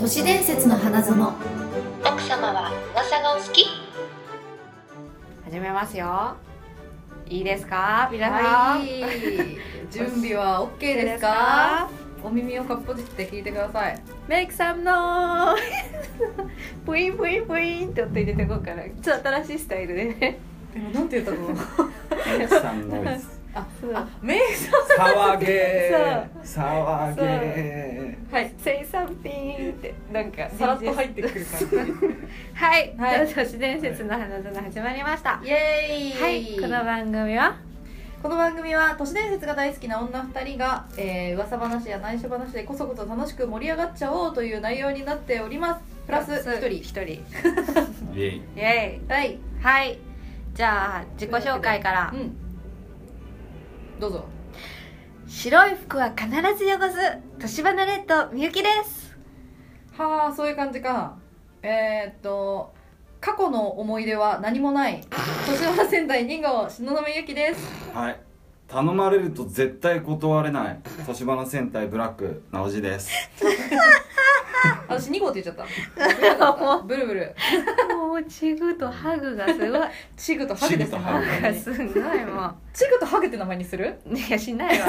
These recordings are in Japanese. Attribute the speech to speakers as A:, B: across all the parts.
A: 都市伝説の花園
B: 奥様は噂がお好き
C: 始めますよいいですか皆さん、
D: はい準備は OK
C: いい
D: ですかお耳をかっぽじって聞いてください
C: Make some noise プインプインプインって音入れてこうからちょっと新しいスタイルでね
D: 今なんて言ったの
E: メイクさんノイズ。
D: あ メイクさ
E: 騒げー。騒げー。
C: はい Say something ってなんか
D: んさらっと入ってくる感
C: はい、
D: はい
C: 都市伝説の花園始まりました
D: じイエーイ、
C: はいこの番組は
D: この番組は都市伝説が大好きな女2人が、えー、噂話や内緒話でこそこそ楽しく盛り上がっちゃおうという内容になっておりますプラス1人
C: 一人イ
E: イエイ。
C: エ
D: はい
C: イはいじゃあ自己紹介から
D: うんどうぞ
C: 白い服は必ず汚す年花レッドみゆきです
D: はあそういう感じかえー、っと過去の思い出は何も ない年は仙台2号東雲ゆきです
E: はい。頼まれると絶対断れない。年花戦隊ブラック直じです。
D: 私2号って言っちゃ ったブルブル
C: もうチグとハグがすごい
D: チグとハグですね
E: チグとハグ
C: なんかすごいも
D: チグとハグって名前にする
C: ういやしないわ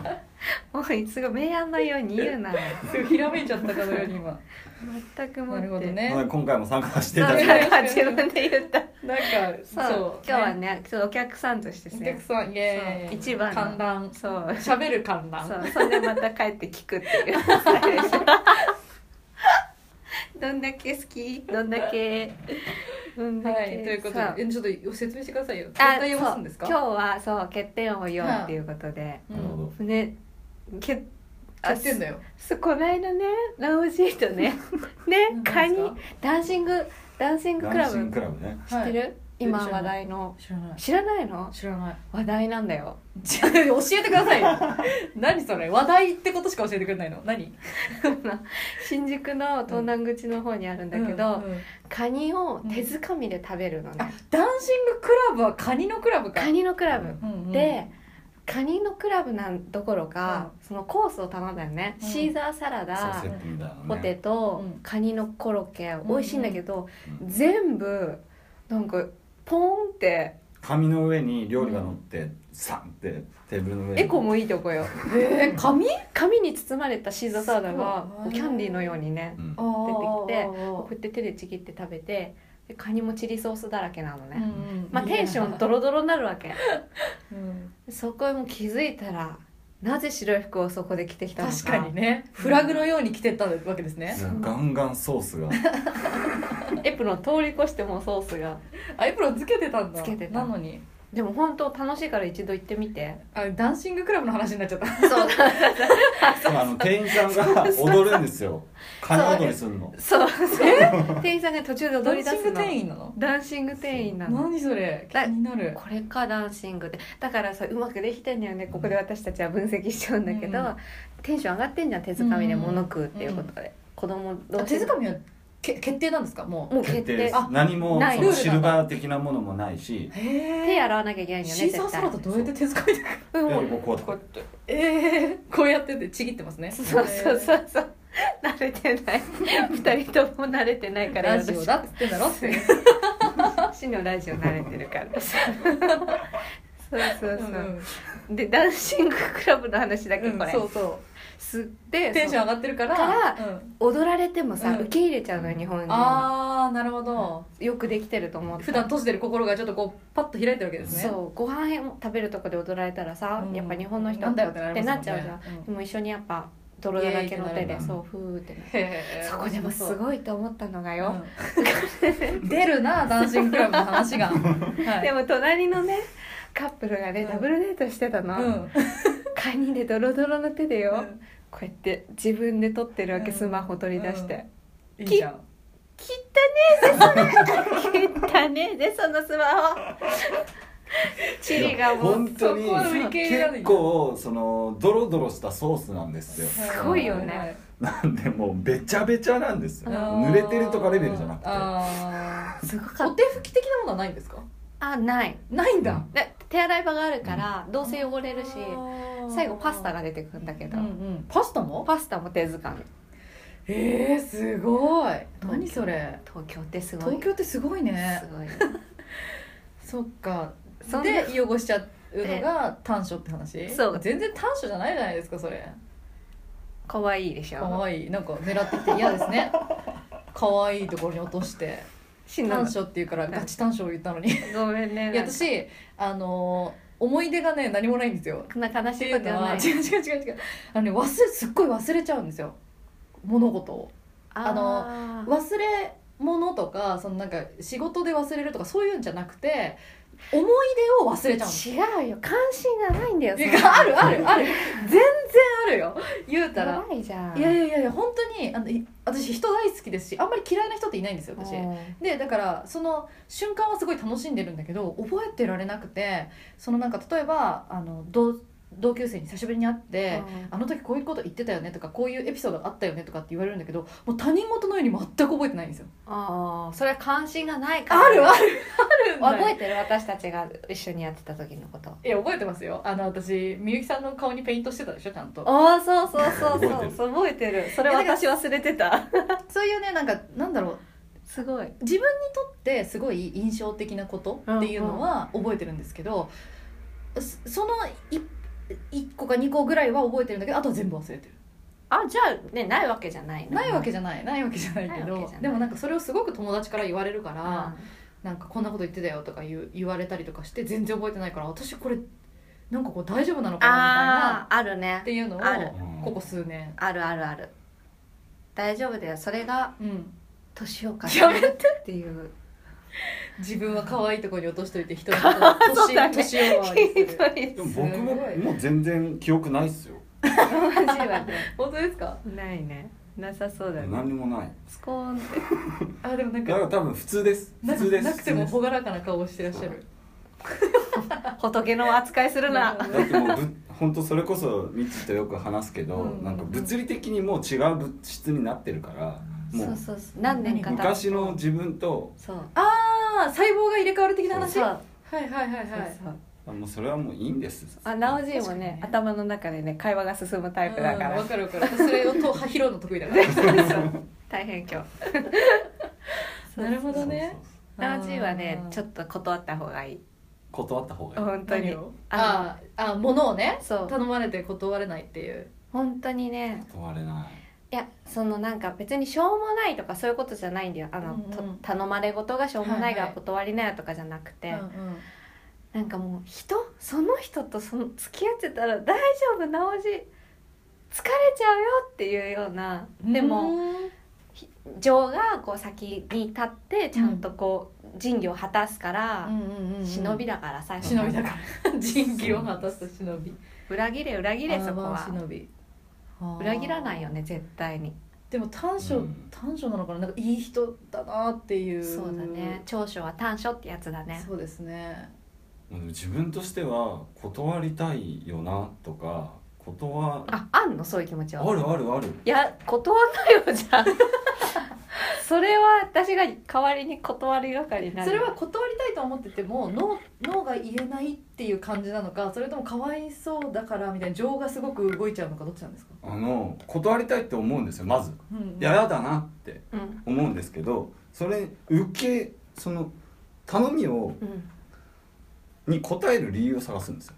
C: もうすごい明暗のように言うな
D: すごいひらめいちゃったかのよう に今
C: 全くもって
D: なるほど
E: なの
D: ね
E: で今回も参加してい
C: だ
E: ただ
C: か
E: き
C: ら自分で言った
D: なんかそう
C: そう今日はねちょっとお客さんとして
D: お
C: ね
D: 客さんイ
C: そ
D: エー
C: う
D: イ
C: 一番の
D: 観覧
C: そう
D: 喋る観覧
C: そうそれでまた帰って聞くって いうスタイルでしょどんだけ好きどんだけどんだけ
D: はいということ
C: そう
D: でえちょっと説明してくださいよ絶
C: あ
D: 対汚すんですか
C: そう今日はそう欠点を言おうっていうことで、
E: なるほど。
C: ねけあ
D: 言ってんだよ
C: そこないだねラウジーと ねね
D: 何ですか
C: カニダンシングダンシングク
E: ダ
C: ラ
E: ンシ
C: ブ
E: ングクラブね。
C: 知ってる、
D: は
C: 今
D: 知らな
C: 話題
D: い
C: の
D: 知らない
C: 知らないの
D: 知らない
C: 話題なんだよ
D: ちょ教えてくださいよ 何それ話題ってことしか教えてくれないの何
C: 新宿の東南口の方にあるんだけど、
D: うんうん
C: カニを手づかみで食べるの
D: あ
C: ね、
D: ダンシングクラブはカニのクラブか
C: カニのクラブ、
D: うんうん
C: でカニのクラブなんどころか、そのコースを頼んだよね、
D: うん
C: シーザーサラ
E: そう
C: ダ
E: セットみたいなね。
C: ポテト、
D: うん
C: カニのコロッケ美味しいんだけど、
E: うん
C: 全部なんかポーンって
E: 紙の上に料理が乗って、サンってテーブルの上に。
C: エコもいいと こよ
D: えー、紙
C: 紙に包まれたシーザーサラダが
D: そう
C: キャンディーのようにね
E: う
C: 出てき
E: ん。
C: てこ
D: て
C: うやって手でちぎって食べてでカニもチリソースだらけなのね、
D: ん
C: まあテンションド、ロドロになるわけ
D: うん
C: そこへもう気づいたらなぜ白い服をそこで着てきたのか
D: 確かにねフラグのように来てたわけですね、
E: もうガンガンソースが。
C: エプロン通り越してもうソースが
D: アイプロンつけてたんだ
C: つけてた
D: なのに
C: でも本当楽しいから一度行ってみて
D: あダンシングクラブの話になっちゃった
C: そう
E: でもあの店員さんが踊るんですよ。カニ踊りするの。
C: そう店員さんが途中で
D: ダ
C: 踊り
D: ン
C: 出
D: シン
C: す
D: グ
C: の
D: 店員なの
C: ダンシング店員なの
D: 何それ気になる
C: これかダンシングってだからさうまくできてんだよねここで私たちは分析しちゃうんだけど、
D: うん
C: テンション上がってんじゃん手づかみで
D: うん
C: 物食うっていうことで、子供
D: あ
C: 同士
D: 手
C: で
D: づかみはけ決定なんですかもう
C: もう
E: 決
C: 決
E: 定
C: 定
E: です
D: あ
E: 何も
C: ない
E: そのシルバー的なものもないし
C: 手
D: へ
C: 洗わなきゃいけないよね
D: シーザー
C: 絶対
D: サラダどうやって手づかみで
C: うんもう
E: こうやって
D: ええこうやっててちぎってますね
C: そうそうそうそう慣れてない二人とも慣れてないから
D: ラジオだっつってんだろって
C: 私のラジオ慣れてる からさそうそうそう、でダンシングクラブの話だけこれ、
D: そうそ
C: すで
D: うテンション
C: そ
D: 上がってるから
C: から
D: うん
C: う踊られてもさ、
D: うん
C: 受け入れちゃうのよ日本人は
D: ああなるほど
C: よくできてると思って
D: 普段閉じてる心がちょっとこうパッと開いてるわけですね
C: そうご飯を食べるとこで踊られたらさ、
D: うん
C: やっぱ日本の人
D: なんだよって
C: っ
D: な
C: て
D: り
C: な
D: ま
C: っ
D: す
C: ちゃ
D: も
C: うんじ
D: ね
C: ゃん、
D: う
C: でも一緒にやっぱ泥だらけの手
D: イエーイってな
C: で
D: る
C: そうふーってなる
D: んへえ
C: そこでもすごいと思ったのがよ、
D: うん出るなダンシングクラブの話 がはい
C: でも隣のねカップルがね、
D: うん
C: ダブルデートしてたの、
D: うん
C: カニでドロドロの手でよ、こうやって自分で撮ってるわけ、
D: うん
C: スマホ取り出して
D: いいじゃん
C: 「切ったねえぜそれ切ったねえぜそのスマホ」チリがもう
E: 本当に
D: そこは売り切れなんだ
E: 結構そのドロドロしたソースなんですよ
C: すごいよね
D: はい
E: なんでもうべちゃべちゃなんですよ
C: あ
E: 濡れてるとかレベルじゃなくて
D: あ
C: すご
D: ー
C: か
D: お
C: った
D: 手拭き的なものはないんですか
C: あない
D: ないんだ
C: で手洗い場があるからどうせ汚れるし
D: あー
C: 最後パスタが出てくるんだけど、
D: うんうんパスタも
C: パスタも手づかみ
D: えー、すごい
C: 京
D: 何それ
C: 東京ってすごい
D: 東京ってすごいね
C: すごい
D: そっか
C: そんな
D: で汚しちゃうのが短所って話
C: そう
D: 全然短所じゃないじゃないですかそれ
C: 可愛いでし
D: か
C: ょ
D: わいいなんか狙ってきて嫌で すねかわいいところに落として
C: しんの
D: 短所っていうからガチ短所を言ったのにい
C: ごめんね
D: や私あのー思い出がね何もないんですよ
C: なんか悲
D: っ
C: してい
D: い
C: こ
D: う
C: と
D: の
C: は
D: は
C: ない
D: 違う違う違う違うあのね忘れすっごい忘れちゃうんですよ物事をあの
C: の
D: 忘れ物とかそのなんか仕事で忘れるとかそういうんじゃなくて思い出を忘れちゃうんです
C: 違うよ関心がないんだよ
D: い
C: そんな
D: やあるあるある全然あるよ言うた
C: や
D: ら
C: ばいじゃん
D: いやいやいやいや本当にあのい私人大好きですしあんまり嫌いな人っていないんですよ私
C: うん
D: でだからその瞬間はすごい楽しんでるんだけど覚えてられなくてそのなんか例えばあの同同級生に久しぶりに会って、あの時こういうこと言ってたよねとかこういうエピソードがあったよねとかって言われるんだけどもう他人事のように全く覚えてないんですよ
C: ああそれは関心がないから
D: あるあるある
C: 覚えてる私たちが一緒にやってた時のこと
D: いや覚えてますよあの私みゆきさんの顔にペイントしてたでしょちゃんと
C: ああそうそうそう
E: 覚えてる
C: そう覚えてるそれ私忘れてた
D: そういうねなんかなんだろう
C: すごい
D: 自分にとってすごい印象的なことっていうのは覚えてるんですけど、そその 1, 個か2個ぐらいは覚えてるんだけどあとは全部忘れてる、
C: あじゃあねないわけじゃないの
D: ないわけじゃないないわけじゃないけ
C: ないわけ
D: ど
C: じゃない
D: でもなんかそれをすごく友達から言われるから、
C: うん
D: なんかこんなこと言ってたよとか言う言われたりとかして全然覚えてないから私これなんかこう大丈夫なのか
C: あ
D: な
C: ああるね
D: みたいなっていうのを
C: ある
D: ここ数年
C: あるあるある大丈夫だよそれが
D: うん
C: 年を重ねるっていう
D: 自分は可愛いところに落としといて人のことを
C: そうだ
D: 年
C: ね
D: 年を回りす る
E: でも僕も
D: すごい
E: もう全然記憶ないっすよ
C: マジはね
D: 本当ですか
C: ないねなさそうだね
E: 何にもない
C: スコーンって
D: あでもなん
E: だ
D: か
E: から多分普通です
D: な
E: 普通です
D: なくても
E: 普通
D: 朗らかな顔をしてらっしゃる
C: 仏の扱いするな
E: ですだってもうぶ本当それこそミッチとよく話すけど、
D: うん
E: なんか物理的にもう違う物質になってるから
C: そ
E: も
C: ううそうそう何年か経つと
E: 昔の自分と
C: そう
D: ああ細胞が入れ替わる的な話
C: そう
D: はいはいはいはい
C: そうそう
E: あもうそれはもういいんです
C: あ直人もね
D: 確かにね
C: 頭の中でね会話が進むタイプだから
D: うんわかるわかる私それをと拾うの得意だから
C: 大変今 日
D: なるほどね
E: そうそうそう
C: 直人はねちょ
D: っと
C: っと断った方がいい
E: 断った方がいい、
C: 本当に
D: あーあー物をね
C: そう
D: 頼まれて断れないっていう
C: 本当にね
E: 断れない
C: いやそのなんか別にしょうもないとかそういうことじゃないんだよあの、
D: うんうん
C: と頼まれ事がしょうもないから
D: はいはい
C: 断りなよとかじゃなくて、
D: うんうん
C: なんかもう人その人とその付き合ってたら大丈夫直し疲れちゃうよっていうようなでも
D: うん
C: 情がこう先に立ってちゃんとこう人業を果たすから、
D: うんうんう ん
C: 忍びだから最初
D: 忍びだから人気を果たす忍び
C: 裏切れ裏切れそこ
D: あ
C: は
D: ー忍び
C: 裏切らないよね絶対に
D: でも短所
E: うん
D: 短所なのかななんかいい人だなっていう
C: そうだね長所は短所ってやつだね
D: そうですね
E: もうでも自分としては断りたいよなとか断あ
C: ああんのそういう気持ちは
E: るあるある
C: いや断んないよじゃあ それは私が代わりに断り係になる
D: それは断りたいと思っててもノーノーが言えないっていう感じなのかそれともかわいそうだからみたいな情がすごく動いちゃうのかどっちなんですか、
E: あの断りたいって思うんですよまず
D: うんうん
E: いややだなって
C: うん
E: 思うんですけどそれ受けその頼みを
C: うん
E: に応える理由を探すんですよ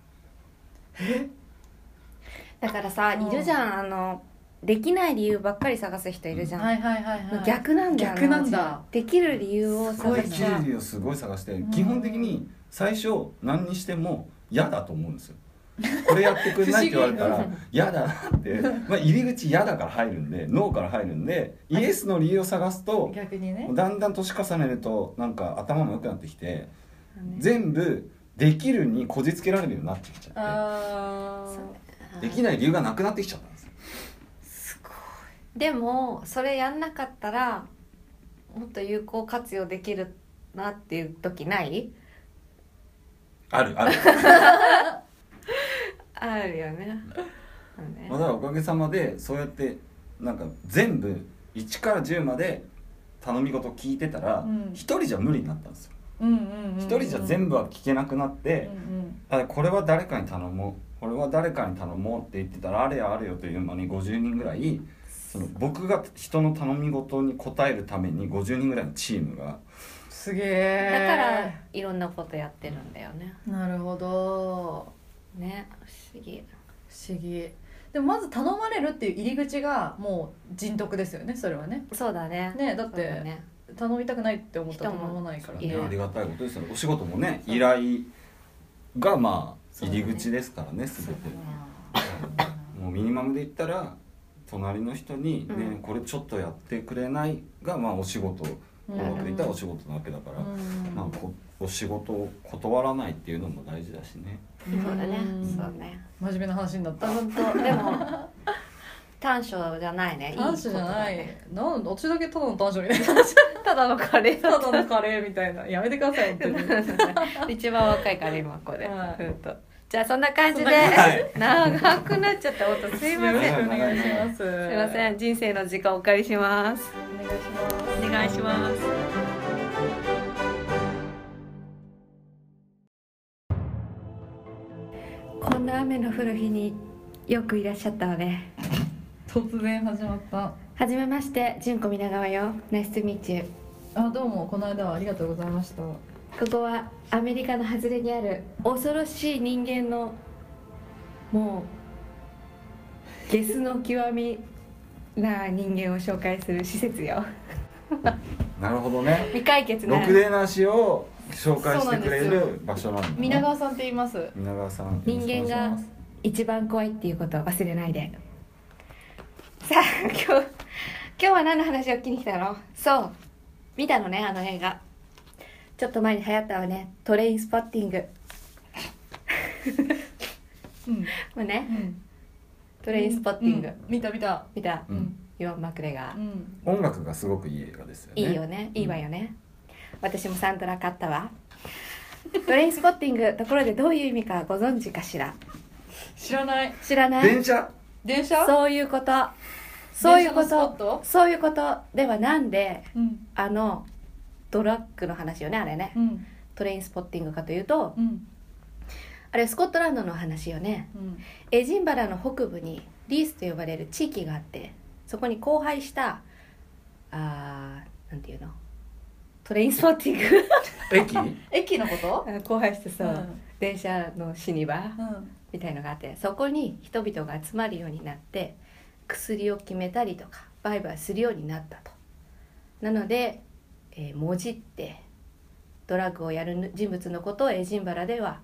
C: だからさ
D: うん
C: いるじゃんあのできない理由ばっかり探す人いるじゃん、
D: はいはいはいはい
C: 逆なんだよ
D: 逆なんだ
C: できる理由を
D: すご
C: 探
D: い
E: で
D: ね
E: き
C: す
E: る理由をすごい探して
D: うん
E: 基本的に最初何にしても嫌だと思うんですよこれやってくんないって言われた
D: 不
E: ら
D: 思
E: 嫌だな って、まあ、入り口嫌だから入るんでノーから入るんでイエスの理由を探すと
D: 逆にね
E: だんだん年重ねるとなんか頭も良くなってきて
C: ね
E: 全部できるにこじつけられるようになってきちゃっ
D: あー
C: そう
E: てできない理由がなくなってきちゃったんですよ
D: すごい
C: でもそれやんなかったらもっと有効活用できるなっていう時ない
E: あるある
C: あるよねあるね
E: まあだからおかげさまでそうやってなんか全部1から10まで頼み事聞いてたら
D: うん
E: 一、人じゃ無理になったんですよ
D: うんうん
E: 一、人じゃ全
D: 部
E: 部は聞けなくなって、あこれは誰かに頼もうこれは誰かに頼もうって言ってたらあれやあれよという間に50人ぐらいその僕が人の頼み事に応えるために50人ぐらいのチームが
D: すげ
C: だ
D: え
C: からいろんなことやってるんだよね
D: なるほど
C: ね不思議
D: 不思議でもまず頼まれるっていう入り口がもう人徳ですよねそれはね
C: そうだね
D: ねだっ
C: そうだ
D: て
C: ね
D: 頼みたくないって思ったら
C: 人も
D: 頼まないから
C: い
E: ね
C: や
E: あ
D: ね
E: りがたいことですよねお仕事もね
D: そう
E: 依頼がまあ
C: そうだね
E: 入り口ですからね全てもうミニマムで言ったら隣の人に、ね
C: うん
E: これちょっとやってくれない」がまあお仕事
D: う
E: 音
D: ん
E: 楽で言ったらお仕事なわけだから、
D: うん
E: まあ、こお仕事を断らないっていうのも大事だしね
D: うん
C: そうだね
D: うん
C: そうね
D: 真面目な話になった
C: 本当で も短所じゃないねいい
D: 短所じゃない
C: ことだね
D: なん私だけただの短所みたいな
C: ただのカレー
D: た
C: だ
D: だのカレーみたいなやめてください 本当に
C: った一番若いから今これ、
D: はい
C: うんとじゃあそんな感じで
D: そんな
E: 感じ
C: 長くなっちゃった本当すいません
E: ん
D: お願いしますす
C: すいませ
D: ん
C: ん人生の時間お借りします
D: お願いします
C: お願いしますこんな雨の降る日によくいらっしゃったわね
D: 突然始まった
C: はじめまして純子皆川よナイスミーチュー
D: あどうもこの間はありがとうございました
C: ここはアメリカの外れにある恐ろしい人間のもうゲスの極みな人間を紹介する施設よ
E: なるほどね
C: 未解決な
E: ろくでなしを紹介してくれ
C: そうなん
E: る場所なんだ、ね、
D: 皆川さんって言います
E: 皆川さん
C: 人間が一番怖いっていうことを忘れないでさあ今日今日は何の話を聞きに来たのそう見たのねあの映画ちょっと前に流行ったわねトレインスポッティング
D: うん、
C: もうねトレインスポッティング、
D: 見た見た
C: 見た
E: うん
C: イワン・マクレガー
D: うん
E: 音楽がすごくいい映画ですよね
C: いいよねいいわよね、私もサントラ買ったわトレインスポッティングところでどういう意味かご存知かしら
D: 知らない
C: 知らない
E: 電車
D: 電車
C: そういうことそういうこ
D: 電車のスポッ
C: と
D: ト
C: そういうことではなんで
D: うん
C: あのドラッグの話よねあれね
D: うん
C: トレインスポッティングかというと
D: うん
C: あれスコットランドの話よね
D: うん
C: エジンバラの北部にリースと呼ばれる地域があってそこに荒廃したあーなんていうのトレインスポッティング
E: 駅
D: 駅のこと
C: あの荒廃してさ、
D: うん
C: 電車の死に場
D: うん
C: みたいのがあってそこに人々が集まるようになって薬を決めたりとか売買するようになったとなので、えー、もじってドラッグをやる人物のことをエジンバラでは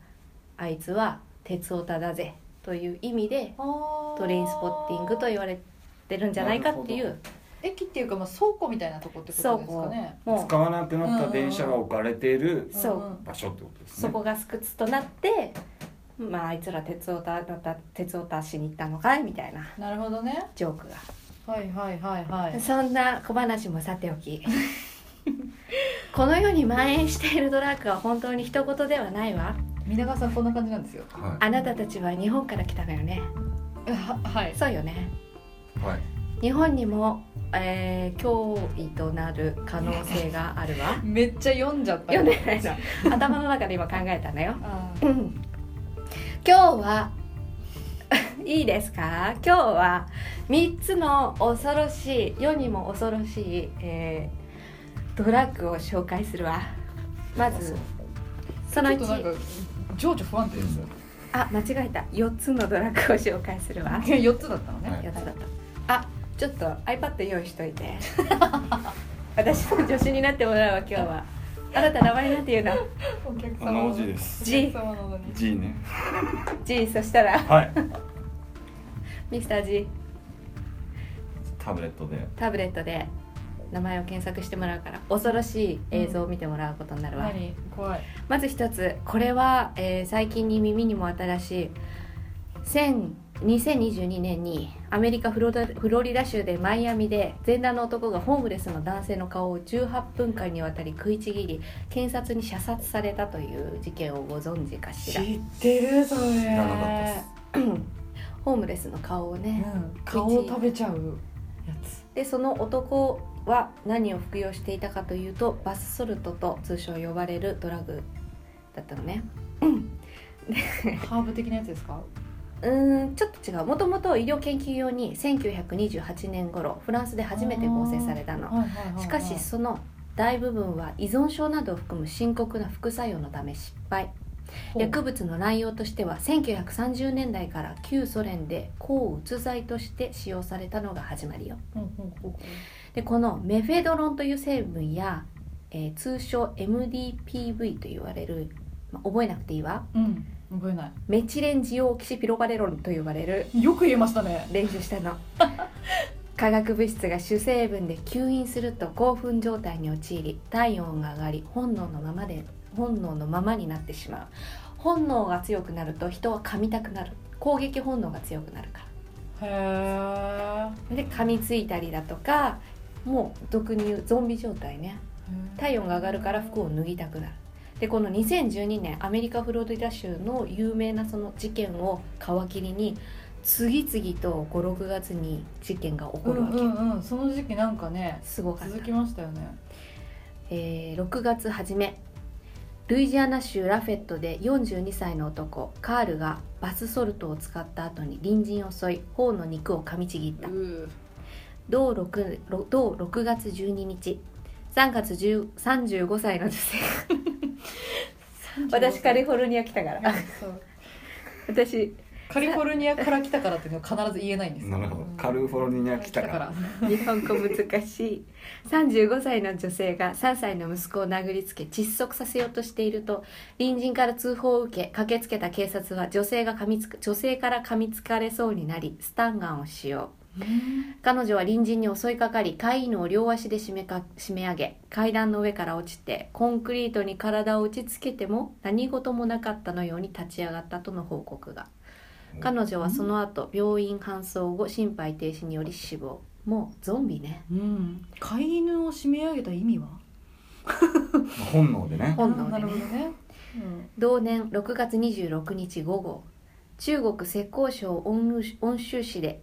C: あいつは鉄オタだぜという意味でト
D: ト
C: レインスポッティングと言われてるんじゃないかってい
E: な
C: う
D: 駅っていうかまあ倉庫みたいなとこってことですかね
C: も
E: 使わなくなった電車が置かれている
C: うそう
D: うん
E: 場所ってことで
C: う
E: すね
C: そこがスクツとなってまああいつら鉄オタだった鉄オタしに行ったのかいみたいな
D: なるほどね
C: ジョークが。
D: はいはいはいはい
C: そんな小話もさておきこの世に蔓延しているドラッグは本当に一言ではないわ
D: 皆川さんこんな感じなんですよ
E: は
C: あなたたちは日本から来たのよね
D: ははい
C: そうよね
E: いはい
C: 日本にも、えー脅威となる可能性がある わ
D: めっちゃ読んじゃった
C: 読んでないの 頭の中で今考えたのよ
D: あ ー
C: うん今日はいいですか今日は3つの恐ろしい世にも恐ろしい、えードラッグを紹介するわま
E: あそ
C: ず
E: う
C: その
D: ちょっとなんか
C: 1
D: 情緒不安定ですよ
C: あ間違えた4つのドラッグを紹介するわ
D: 4つだったのね、
E: はい
C: 4つだったあちょっと iPad 用意しといて 私の助手になってもらうわ今日はあなた名前なんて言うの
D: お客様
E: あの G です
C: じ
D: お客様なのに
E: G ね
C: G そしたら
E: はい
C: ミスター G
E: タブレットで
C: タブレットで名前を検索してもらうから恐ろしい映像を見てもらうことになるわ、
D: 何怖い
C: まず一つこれは、えー最近に耳にも新しい1000 2022年にアメリカフロダフロリダ州でマイアミで前男の男がホームレスの男性の顔を18分間にわたり食いちぎり検察に射殺されたという事件をご存知かしら
D: てるそれ
E: 知らなかったです
C: ホームレスの顔をね、
D: うん、顔を食べちゃうやつ
C: でその男は何を服用していたかというとバスソルトと通称呼ばれるドラッグだったのね
D: ハーブ的なやつですか
C: うーんちょっと違うもともと医療研究用に1928年頃フランスで初めて合成されたの
D: はいはいはいはい
C: しかしその大部分は依存症などを含む深刻な副作用のため失敗
D: ほう
C: 薬物の乱用としては1930年代から旧ソ連で抗うつ剤として使用されたのが始まりよ
D: ほうほうほうほ
C: でこのメフェドロンという成分や、えー通称 MDPV と言われる、まあ、覚えなくていいわ
D: ううん覚えな
C: メチレンジオキシピロバレロンと呼ばれる
D: いよく言えましたね
C: 練習したの化学物質が主成分で吸引すると興奮状態に陥り体温が上がり本能のままで本能のままになってしまう本能が強くなると人は噛みたくなる攻撃本能が強くなるか
D: へえ
C: らで噛みついたりだとかもう俗に言うゾンビ状態ね体温が上がるから服を脱ぎたくなるでこの2012年アメリカフロリダ州の有名なその事件を皮切りに次々と56月に事件が起
D: う
C: こる
D: ん
C: わけ、
D: うんうんその時期なんかね
C: すごかった
D: 続、きましたよね
C: えー6月初めルイジアナ州ラフェットで42歳の男カールがバスソルトを使った後に隣人を襲い頬の肉を噛みちぎった
D: う
C: 同 6, ろ同6月12日3月10 35歳の女性が私カリフォルニア来たから
D: そう
C: 私
D: カリフォルニアから来たからっていうのは必ず言えないんですよ
E: なるほどカリフォルニア来たから
C: 日本語難しい35歳の女性が3歳の息子を殴りつけ窒息させようとしていると隣人から通報を受け駆けつけた警察は女性が噛みつく女性から噛みつかれそうになりスタンガンを使用
D: うん
C: 彼女は隣人に襲いかかり飼い犬を両足で締めか締め上げ階段の上から落ちてコンクリートに体を打ちつけても何事もなかったのように立ち上がったとの報告が
E: うん
C: 彼女はその後病院搬送後心肺停止により死亡もうゾンビね
D: うん飼い犬を締め上げた意味は
E: 本能でね
C: 本能でね
D: なるほどねうん
C: 同年6月26日午後中国浙江省温州温州市で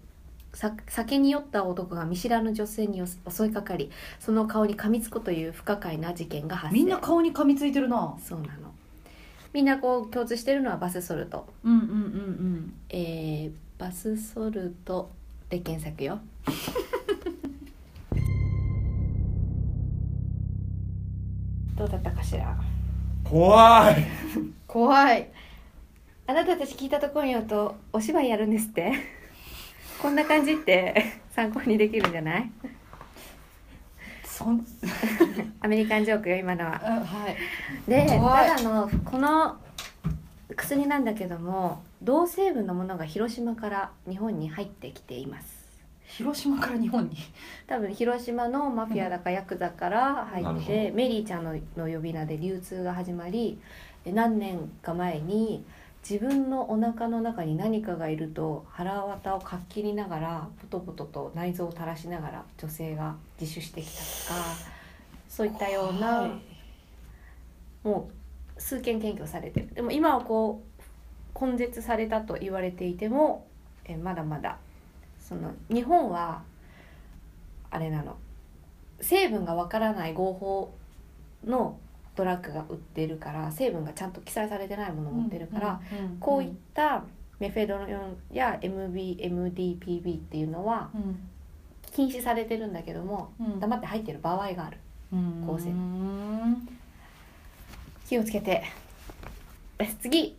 C: さ酒に酔った男が見知らぬ女性によ襲いかかりその顔に噛みつくという不可解な事件が発生
D: みんな顔に噛みついてるな
C: そうなのみんなこう共通してるのはバスソルト、
D: うんうんうん
C: えー、バスソルトで検索よ どうだったかしら
E: 怖い
D: 怖い
C: あなたたち聞いたところによるとお芝居やるんですってこんな感じって参考にできるんじゃない
D: そん
C: アメリカンジョークよ今のは
D: あはい
C: でた
D: 怖い
C: だのこの薬なんだけども同成分のものが広島から日本に入ってきています
D: 広島から日本に
C: 多分広島のマフィアだかヤクザから入
E: なる
C: っ
E: ほ
C: てメリーちゃんのの呼び名で流通が始まりで何年か前に自分のお腹の中に何かがいると腹渡をかっきりながらポトポトと内臓を垂らしながら女性が自首してきたとかそういったような
D: はい
C: もう数件検挙されてるでも今はこう根絶されたと言われていてもえまだまだその日本はあれなの成分がわからない合法のドラッグが売ってるから成分がちゃんと記載されてないものを持ってるから、、
D: うんうんん
C: こういったメフェドロンや MBMDPB っていうのは
D: うん
C: 禁止されてるんだけども
D: うん
C: 黙って入ってる場合がある
D: うん
C: 構成
D: うん
C: 気をつけて次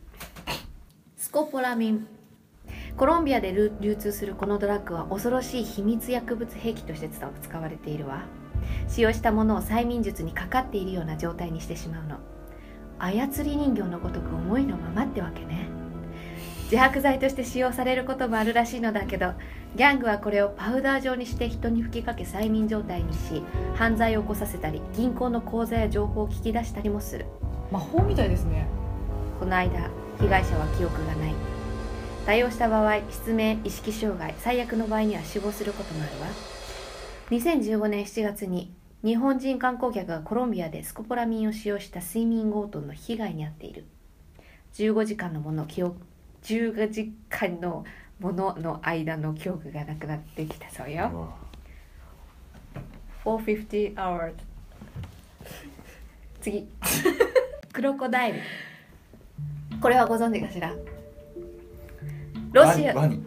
C: スコポラミンコロンビアで流流通するこのドラッグは恐ろしい秘密薬物兵器として使使われているわ使用したものを催眠術にかかっているような状態にしてしまうの操り人形のごとく思いのままってわけね自白剤として使用されることもあるらしいのだけどギャングはこれをパウダー状にして人に吹きかけ催眠状態にし犯罪を起こさせたり銀行の口座や情報を聞き出したりもする
D: 魔法みたいですね
C: この間被害者は記憶がない対応した場合失明意識障害最悪の場合には死亡することもあるわ2015年7月に日本人観光客がコロンビアでスコポラミンを使用した睡眠強盗の被害に遭っている15時間のもの記憶15時間のものの間の記憶がなくなってきたそうよ450 hours 次クロコダイルこれはご存知かしらロシア
E: ワニ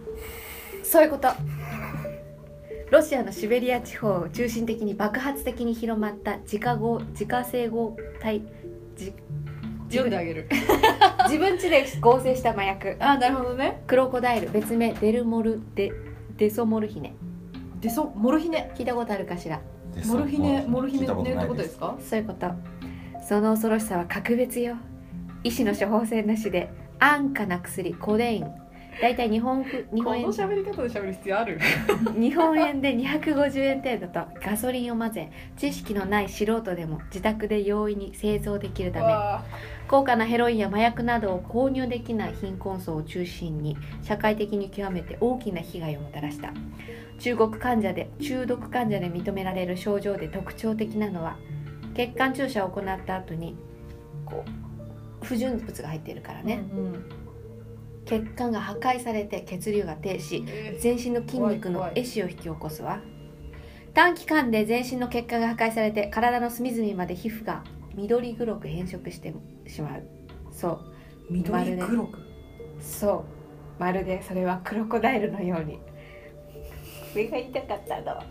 C: そういうことロシアのシベリア地方を中心的に爆発的に広まった自家合自家製合体自
D: 読んであげる
C: 自分家で合成した麻薬
D: あなるほどね
C: クロコダイル別名デルモルデデソモルヒネ
D: でそうモルヒネ
C: 聞いたことあるかしら
E: です
D: モルヒネモルヒ
E: 聞
D: ネ
E: いたこ
D: 寝
E: と
D: るっ
E: な
D: て
E: い
D: こと
E: で
D: ですすか
C: そういうことその恐ろしさは格別よ医師の処方箋なしで安価な薬コデイン大体日本ふ日
D: こ
C: 本円
D: の喋り方で喋る必要ある
C: 日本円で250円程度とガソリンを混ぜ知識のない素人でも自宅で容易に製造できるため
D: わあ
C: 高価なヘロインや麻薬などを購入できない貧困層を中心に社会的に極めて大きな被害をもたらした中国患者で中毒患者で認められる症状で特徴的なのは血管注射を行った後にこう不純物が入っているからね、
D: うんうん
C: 血管が破壊されて血流が停止
D: え
C: 全身の筋肉の壊死を引き起こすわ短期間で全身の血管が破壊されて体の隅々まで皮膚が緑黒く変色してしまうそう
D: ー緑黒く
C: そうまるでそれはクロコダイルのようにそれが言いたかったの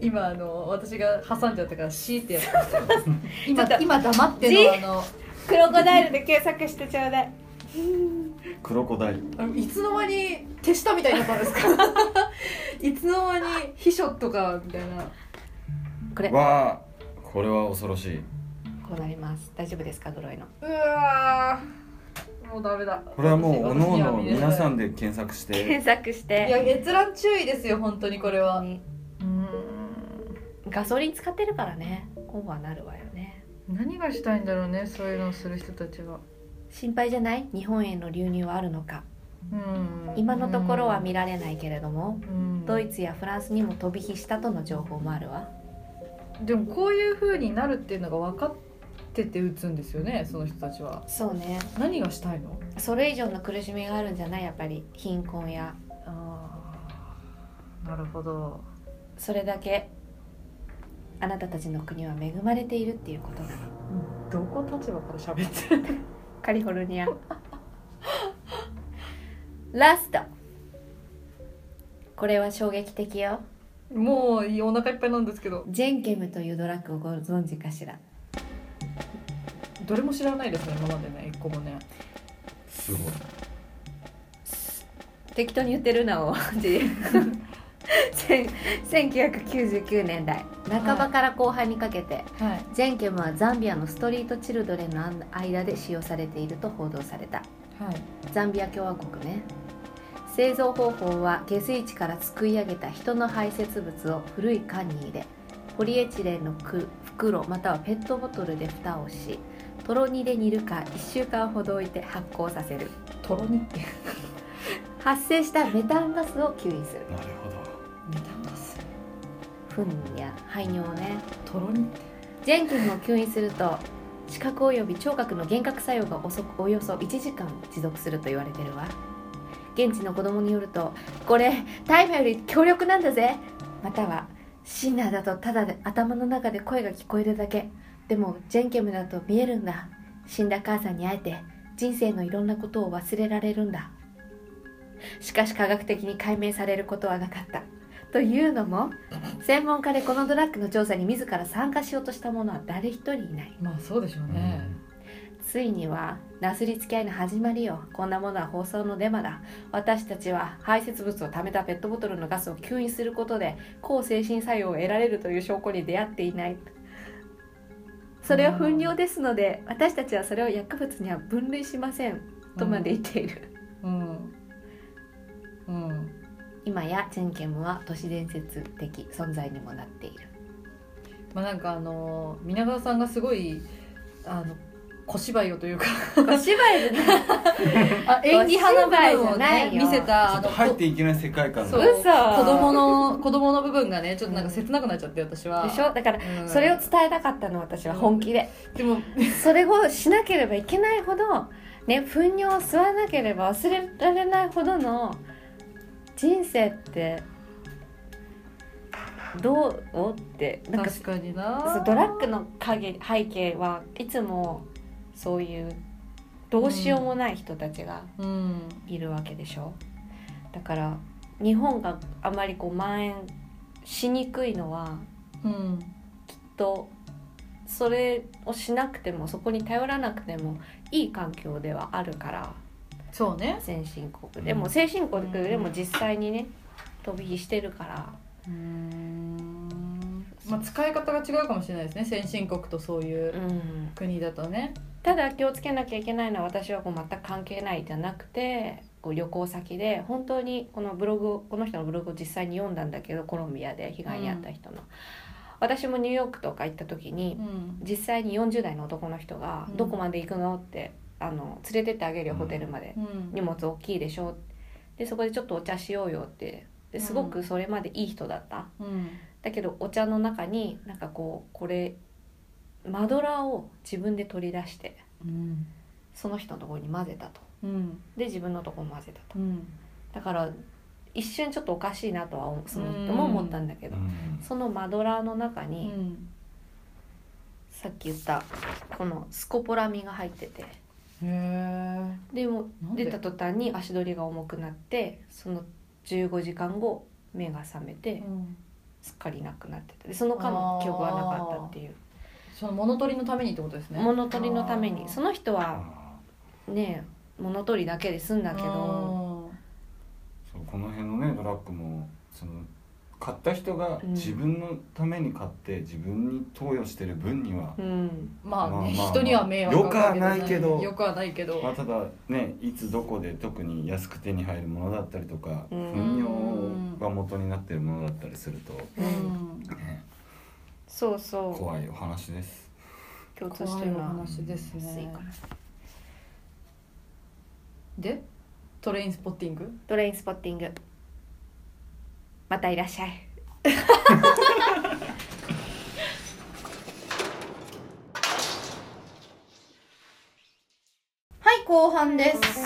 D: 今あの私が挟んじゃったからシーってやった今
C: ちょっと
D: 今黙ってのあの
C: クロコダイルで検索してちょうだい
E: クロコダイル
D: あのいつの間に手下みたいになったん ですかいつの間に秘書とかみたいな
C: これこ
E: わあこれは恐ろしいう
C: なります大丈夫ですかグロいの
D: うわーもうダメだ
E: これはもう各
D: 私私には
E: 々
D: 見れない
E: 皆さんで検索して
C: 検索し
D: いや
C: て
D: 閲覧注意ですよ本当にこれは
C: ね
D: うん
C: ガソリン使ってるからねオーバーなるわよね
D: 何がしたいんだろうねそういうのをする人たちは
C: 心配じゃない日本への流入はあるのか
D: うん
C: 今のところは見られないけれども
D: うん
C: ドイツやフランスにも飛び火したとの情報もあるわ
D: でもこういう風になるっていうのが分かってて打つんですよねその人たちは
C: そうね
D: 何がしたいの
C: それ以上の苦しみがあるんじゃないやっぱり貧困や
D: ああなるほど
C: それだけあなたたちの国は恵まれているっていうことなの
D: どこ立場から喋ってる
C: カリフォルニア ラストこれは衝撃的よ
D: もういいお腹いっぱいなんですけど
C: ジェンケムというドラッグをご存知かしら
D: どれも知らないですね今までね一個もね
E: すごい
C: 適当に言ってるなお 1999年代半ばから後半にかけて、
D: はい
C: ジェンケムはザンビアのストリートチルドレンの間で使用されていると報道された
D: はい
C: ザンビア共和国ね製造方法は下水地からすくい上げた人の排泄物を古い缶に入れポリエチレンのく袋またはペットボトルで蓋をしとろにで煮るか1週間ほど置いて発酵させる
D: とろにって メ
C: 発生したメタンガスを吸引する
E: なるほど
D: タンガス
C: 糞や排尿をね
D: とろにって
C: ジェンキンを吸引すると視覚および聴覚の幻覚作用がおそおよそ1時間持続すると言われてるわ現地の子供によるとこれ大麻より強力なんだぜまたはシンナーだとただで頭の中で声が聞こえるだけでもジェンケムだと見えるんだ死んだ母さんに会えて人生のいろんなことを忘れられるんだしかし科学的に解明されることはなかったというのも専門家でこのドラッグの調査に自ら参加しようとした者は誰一人いない
D: まあそうでしょうね、
C: ついにはなすりつき合いの始まりよこんなものは放送のデマだ私たちは排泄物を溜めたペットボトルのガスを吸引することで抗精神作用を得られるという証拠に出会っていないそれは糞尿ですので私たちはそれを薬物には分類しませんとまで言っている、
D: うんうん
C: 今やチェンケムは都市伝説的存在にもなっている
D: まあなんかあのー皆川さんがすごいあの小芝居をというか
C: お芝居で
D: あ演技派な部分を
C: 小芝居
D: ね
C: じゃないよ
D: 見せたあ
E: ち
D: の
E: ょっと入っていけない世界観
D: そう
E: だ
C: 嘘
D: 子供の子供の部分がねちょっとなんか切なくなっちゃって私は
C: でしょだから
D: うん
C: それを伝えたかったの私は本気で、
D: でも
C: それをしなければいけないほどね糞尿を吸わなければ忘れられないほどの人生ってどうをってなんか
D: 確かにな
C: そうドラッグの影背景はいつもそういうどうしようもない人たちが
D: うん
C: いるわけでしょだから日本があまりこう蔓延しにくいのは
D: うん
C: きっとそれをしなくてもそこに頼らなくてもいい環境ではあるから
D: そうね、
C: 先進国でも先進国でも
D: うん
C: 実際にね飛び火してるから
D: まあ、使い方が違うかもしれないですね先進国とそういううん国だとね
C: ただ気をつけなきゃいけないのは私はこう全く関係ないじゃなくてこう旅行先で本当にこのブログをこの人のブログを実際に読んだんだけどコロンビアで被害に遭った人の、私もニューヨークとか行った時に
D: うん
C: 実際に40代の男の人が
D: う
C: 「
D: ん
C: どこまで行くの?」ってあの「連れてってあげるよ
E: うん
C: ホテルまで
D: う、ん
C: 荷物大きいでしょ」でそこでちょっとお茶しようよってですごくそれまでいい人だった、
D: うん
C: だけどお茶の中になんかこうこれマドラーを自分で取り出して。
D: うん
C: その人のところに混ぜたと
D: うん
C: で自分のところ混ぜたと
D: うん
C: だから一瞬ちょっとおかしいなとは思うその
D: うん
C: も思ったんだけど、
E: うん
C: そのマドラーの中
D: う
C: に、
D: ん
C: さっき言ったこのスコポラミンが入ってて
D: へえ
C: でも
D: なんで
C: 出た途端に足取りが重くなってその15時間後目が覚めて、
D: うん
C: すっかりなくなってたでその間の記憶はなかったっていう
D: その物取りのためにってことですね
C: 物取りのためにそ
D: の
C: の人はね物取りだけで済んだ
D: だ
C: けど、
E: そうこの辺のねドラッグもその買った人が
C: うん
E: 自分のために買って自分に投与してる分には、
C: うん、
D: まあね、
E: まあまあ
D: 人には迷惑かけて
E: よくはないけど
D: よくはないけど
E: まあ、ただねいつどこで特に安く手に入るものだったりとか
C: う
E: 糞
C: ん
E: 尿が元になってるものだったりすると、
D: うん
E: ね、
C: そうそう
E: 怖いお話です。
C: 共通し
D: 怖
C: て
D: い
C: る
D: お
C: のは
D: 話です
C: 薄い
D: ね
C: から
D: でトレインスポッティング
C: トレインスポッティングまたいらっしゃい
D: はい後半です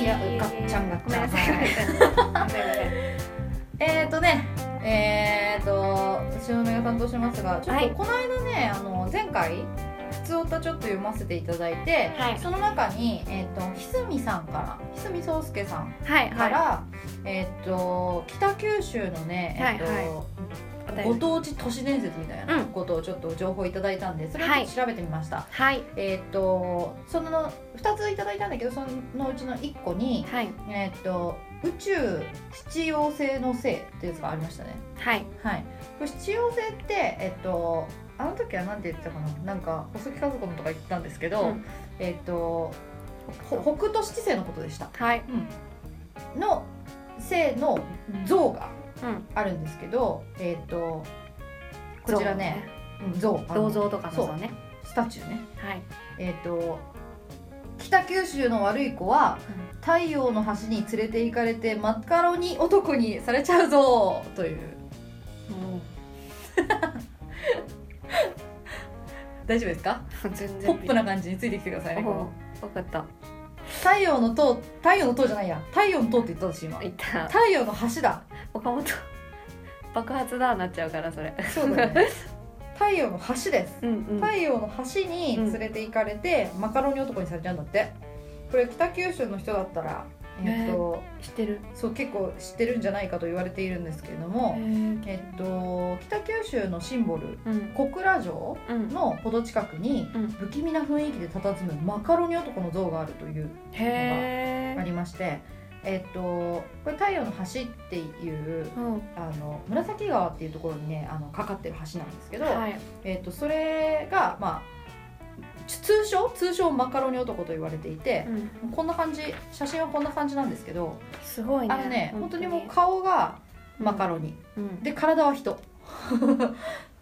C: いやうかっちゃんがごめんなさい
D: えーとねえーと私のが担当しますがちょっとこの間ね、あの前回普通歌ちょっと読ませていただいて、
C: はい
D: その中に、えー、とひすみさんからひすみそうすけさん
C: はい
D: か
C: はい
D: ら、えー、と北九州のね、えーと
C: はい
D: ご当地都市伝説みたいな
C: うん
D: ことをちょっと情報いただいたんでそれをちょっと調べてみました、
C: はい
D: えーっとその2ついただいたんだけどそのうちの1個に、
C: はい
D: えーっと宇宙七曜星の星っていうやつがありましたね
C: はい
D: はいこれ七曜星ってえーっとあの時は何て言ってたかななんか細木和子のとか言ってたんですけど、
C: うん
D: えーっとほ北斗七星のことでした
C: はい
D: の星の像が
C: うん
D: あるんですけど、えーっとこちらねうん像あの
C: 銅像とかのそうね
D: スタチューね
C: はい
D: えっ、と北九州の悪い子は太陽の端に連れて行かれてマカロニ男にされちゃうぞという
C: も
D: 大丈夫ですか
C: う 全
D: ポ
C: 然
D: ップな感じについてきてくださいねこの
C: 分かった
D: 太陽の塔太陽の塔じゃないや太陽の塔って言った私今
C: いった
D: 太陽の端だ
C: 岡本爆発だなっちゃうからそれ
D: そうだ ね太陽の端です
C: うんうん
D: 太陽の端に連れて行かれて、マカロニ男にされちゃうんだってこれ北九州の人だったらえっ、と、
C: 知ってる
D: そう結構知ってるんじゃないかと言われているんですけれども、
C: うん
D: えっと、北九州のシンボル
C: うん
D: 小倉城のほど近くに、
C: うん
D: 不気味な雰囲気で佇むマカロニ男の像があるという
C: へ
D: あ
C: え
D: りまして、えっと、これ太陽の橋っていう
C: うん
D: あの紫川っていうところにねあのかかってる橋なんですけど、
C: はい
D: えっと、それが、まあ、つ通称通称マカロニ男と言われていて、
C: うん
D: こんな感じ写真はこんな感じなんですけど
C: すごいね
D: あのね本当にもう顔がマカロニ、
C: うん
D: で体は人っ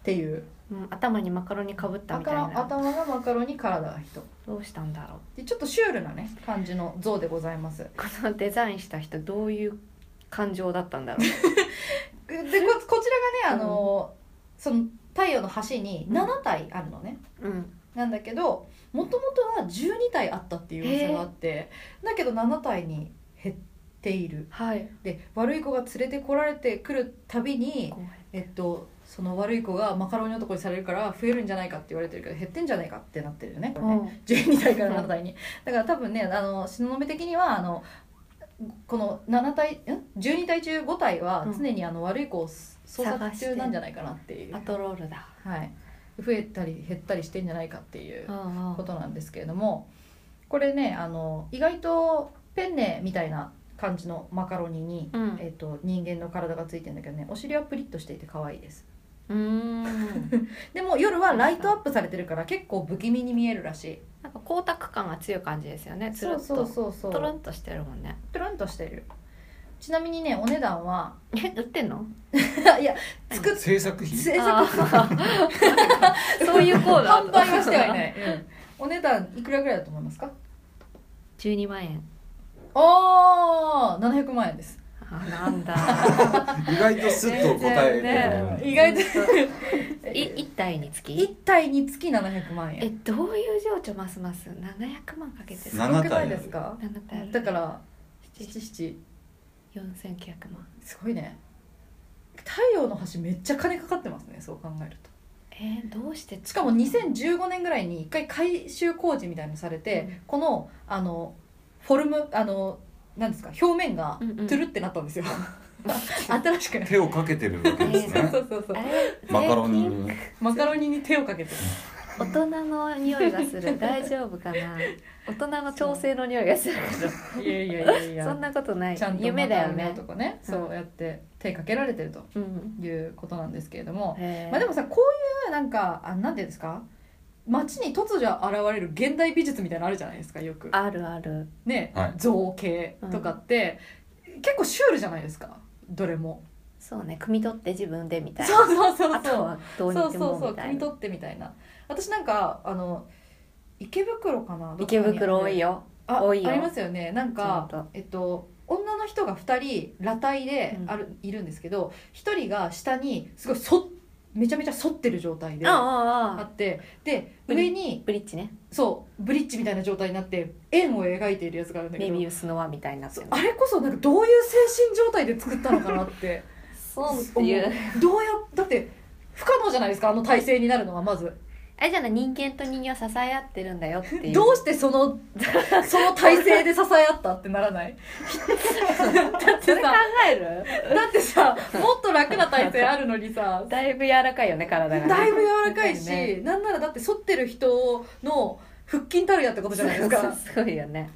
D: ていう
C: うん頭にマカロニかぶったみたい
D: 頭
C: な
D: 頭がマカロニ体が人
C: どうしたんだろう
D: でちょっとシュールなね感じの像でございますで
C: このデザインした人どういう感情だったんだろう
D: ここちらがねあの、その太陽の端に7体あるのね、
C: うん
D: なんだけどもともとは12体あったっていう噂があってだけど7体に減っている
C: はい
D: で悪い子が連れてこられてくるたびに、えっと、その悪い子がマカロニ男にされるから増えるんじゃないかって言われてるけど減ってんじゃないかってなってるよねこれね
C: うん
D: 12体から7体にだから多分ねあの東雲的にはあのこの7体ん12体中5体は常にあの悪い子を捜
C: 探
D: 索
C: して
D: 中なんじゃないかなっていう
C: パトロールだ
D: はい、増えたり減ったりしてんじゃないかっていう
C: うんうん
D: ことなんですけれどもこれねあの意外とペンネみたいな感じのマカロニに、
C: うん
D: えっと人間の体がついてるんだけどねお尻はプリッとしていて可愛いです
C: うーん
D: でも夜はライトアップされてるから結構不気味に見えるらしい
C: なんか光沢感が強い感じですよねつるっと
D: そうそ
C: トロンとしてるもんね
D: プルンとしてるちなみにねお値段 は
C: え売ってんの
D: いや作っ
E: 制作費
D: 制
C: あ
D: 作
C: ー そういうコーナー
D: 販売はしてはいないい、 うんお値段いくらぐらいだと思いますか
C: 12万円
D: おー700万円です
C: あなん だ
E: 意外とスッと答えてくれる、
C: 全然ね
D: 意外と
C: い一体につき
D: 1体につき700万円
C: えどういう情緒ますます700万かけてる
E: な7
D: すごく
E: 体
D: ないですか
C: 7体ある
D: だから七七
C: 4900万
D: すごいね太陽の端めっちゃ金かかってますねそう考えると
C: えー、どうして
D: しかも2015年ぐらいに一回改修工事みたいのされて、
C: うん
D: このあのフォルムあのなんですか表面が
C: うんうん
D: トゥルってなったんですよ、 新しくね
E: 手をかけてるわけです
D: そう
E: ね
D: そうそうそう
C: あれ
E: マカロニに
D: マカロニに手をかけて
C: 大人の匂いがす る大丈夫かな大人の調整の匂いがする
D: いやいやいやい
C: そんなことない
D: ちゃんと
C: 夢だよ
D: マカロ
C: ね
D: ニとかね、
C: うん
D: そうやって手かけられてると
C: うん
D: いうことなんですけれども、
C: へー
D: まあでもさこういうなんかあなんていうんですか街に突如現れる現代美術みたいなのあるじゃないですかよく
C: あるある
D: ね、
E: はい
D: 造形とかって、結構シュールじゃないですかどれも
C: そうね汲み取って自分でみたいな
D: そうそうそう
C: あとはどうに
D: そう
C: で
D: そう
C: も
D: そう
C: みた
D: 汲
C: い
D: み
C: な
D: 取ってみたいな私なんかあの池袋かなどこか
C: 池
D: にある
C: 袋多いよ
D: あ
C: 多いよ
D: ありますよねなんか
C: ちゃんと
D: えっと女の人が2人裸体である、いるんですけど1人が下にすごいそめちゃめちゃ反ってる状態で
C: あ
D: あ
C: あああ
D: ってで
C: ブリ
D: 上に
C: ブリッジね
D: そうブリッジみたいな状態になって円を描いているやつがあるんだけ
C: メ
D: ど
C: ビウスの輪みたいになって
D: そう
C: る
D: あれこそなんかどういう精神状態で作ったのかなって
C: そうって
D: 思
C: いう
D: どうやだって不可能じゃないですかあの体勢になるのはまず
C: あれじゃない人間と人間は支え合ってるんだよっていう
D: どうしてそのその体勢で支え合ったってな らないだって
C: それ考
D: さ
C: え る
D: だってさもっと楽な体勢あるのに さ
C: だいぶ柔らかいよね体がね
D: だいぶ柔らかいし、
C: だよね
D: なんならだって反ってる人の腹筋たるやってことじゃないです
C: そう
D: かっ
C: そうすごいよね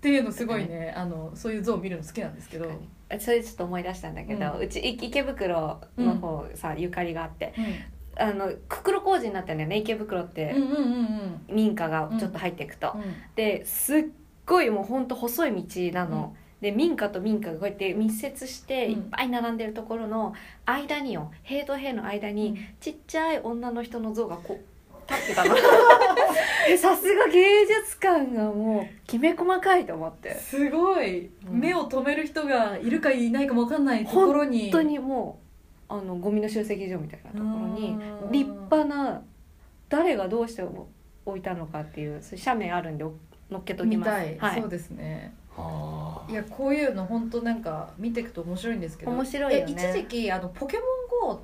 D: ていうのすごいねあのそういう像を見るの好きなんですけど、
C: それちょっと思い出したんだけど、
D: う
C: うんちい池袋の方さ、ゆかりがあってあのくくろ工事になったんだよね池袋っ
D: う
C: て
D: ん、うんうんうん
C: 民家がちょっと入っていくと、
D: うん
C: ですっごいもうほんと細い道なの、で民家と民家がこうやって密接して
D: うん
C: いっぱい並んでるところの間によ塀と塀の間にちっちゃい女の人の像がこう立って たのえさすが芸術感がもうきめ細かいと思って
D: すごい、
C: うん
D: 目を止める人がいるかいないかも分かんないところに
C: 本当にもうあのゴミの集積所みたいなところに
D: うん
C: 立派な誰がどうして置いたのかっていうそういう斜面あるんでお乗っけとき
D: 見
C: ます
D: たい、
C: はい
D: そう、ですね
E: はい
D: やこういうの本当なんか見ていくと面白いんですけど
C: 面白いよね
D: え一時期あのポケモン GO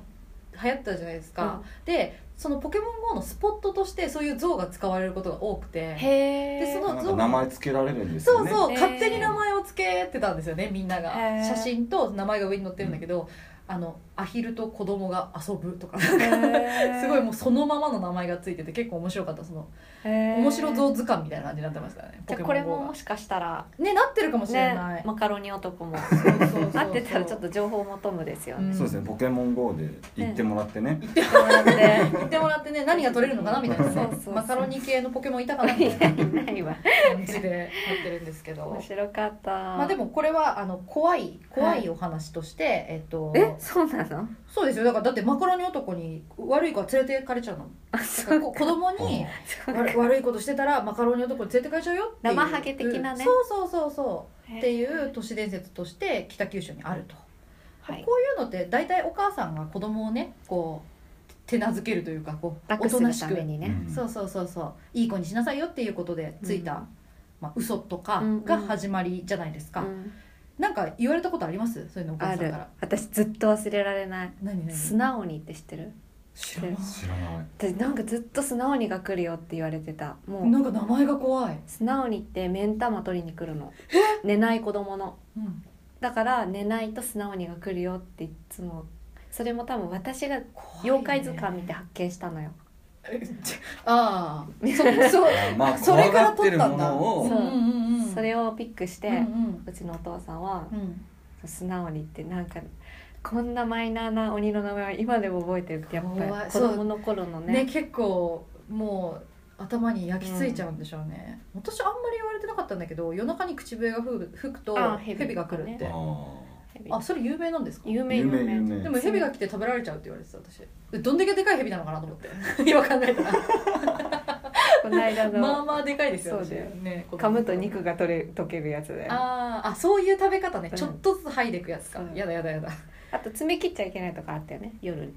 D: 流行ったじゃないですか、でそのポケモン GO のスポットとしてそういう像が使われることが多くて
C: へえ
D: でその
E: あなんか名前つけられるんです
D: そ
E: よ
D: う
E: ね
D: そう、
C: へー
D: 勝手に名前をつけてたんですよねみんなが
C: へー
D: 写真と名前が上に載ってるんだけど、あのアヒルと子供が遊ぶとか す
C: す
D: ごいもうそのままの名前がついてて結構面白かったその面白像図鑑みたいな感じになってましたね
C: じゃあ
D: ポ
C: こ
D: ケ
C: れ
D: モン GO
C: も
D: が
C: もしかしたら
D: ねなってるかもしれ
C: ね
D: ない、
C: マカロニ男も
D: そうそうそうそう
C: 合ってたらちょっと情報を求むですよ
D: う
C: ね
D: ん
E: そうですねポケモン GO で行ってもらってね、
C: こうや って
D: 言ってもらってね何が取れるのかなみたいなね
C: そうそうそう
D: マカロニ系のポケモンいたかなみ
C: い
D: たいな
C: やいないわ
D: 感じ でやってるんですけど
C: 面白かった
D: まあでもこれはあの怖い怖いお話として、えっと
C: えそうなの
D: そうですよだからだってマカロニ男に悪い子は連れてかれちゃうの
C: あ
D: だ
C: そ
D: から
C: う
D: こ子供に
C: そうか
D: 悪悪いことしてたらマカロニ男に連れてかれちゃうよっていう
C: 生ハゲ的なね
D: そうそうそうそうって
C: う
D: いう都市伝説として北九州にあると、
C: はい
D: こういうのって大体お母さんが子供をねこう手なずけるというかこうお
C: 楽
D: と
C: す
D: な
C: る
D: したく
C: めにね
E: うん
D: そうそうそうそういい子にしなさいよっていうことでついた、
C: うん
D: まあ嘘とか
C: うんうん
D: が始まりじゃないですか、
C: うん
D: なんか言われたことありますそういうのお
C: あ
D: 母さん
C: る
D: から
C: 私ずっと忘れられない
D: 何何
C: 素直にって知ってる
D: 知らな
E: 知らない
C: 私なんかずっと素直にが来るよって言われてたも
D: いな
C: うん
D: か名前が怖い、
C: 素直にって目ん玉取りに来るの寝ない子供の
D: うん、
C: だから寝ないと素直にが来るよっていつもそれも多分私が
D: 怖いね
C: 妖怪図鑑見て発見したのよ、
D: えち ああそ そう
E: あま あ
D: そ
E: 怖
D: れか
E: が
D: ら
E: って
D: 取
E: る
D: った
E: も
D: んだ
E: のを
C: そう
D: うんうん うん、
C: それをピックして、
D: う
C: うん
D: うん
C: ちのお父さんは
D: うん、
C: 素直にってなんかこんなマイナーな鬼の名前は今でも覚えてるってやっぱ
D: 怖
C: り
D: い
C: 子供の頃の
D: ね
C: ね
D: 結構もう頭に焼き付いちゃうんでしょうね、私あんまり言われてなかったんだけど夜中に口笛が吹く吹くと
C: あ
D: 蛇
C: 蛇
D: が来るって
E: あ
D: あ,、
C: 蛇
D: それ有名なんですか
C: 有
E: ー
C: 名有
E: 夢
C: 名
E: 夢
D: でも蛇が来て食べられちゃうって言われてた私えどんだけでかい蛇なのかなと思って 今考えたら
C: この間
D: まあ
C: の
D: まあでかいですよ
C: そうだよ
D: ね子供
C: 噛むと肉が取れ溶けるやつであ
D: あーあそういう食べ方ね、
C: うん
D: ちょっとずつ剥いでいくやつか、
C: うん
D: やだやだやだ
C: と爪切っちゃいけないとかあったよね夜に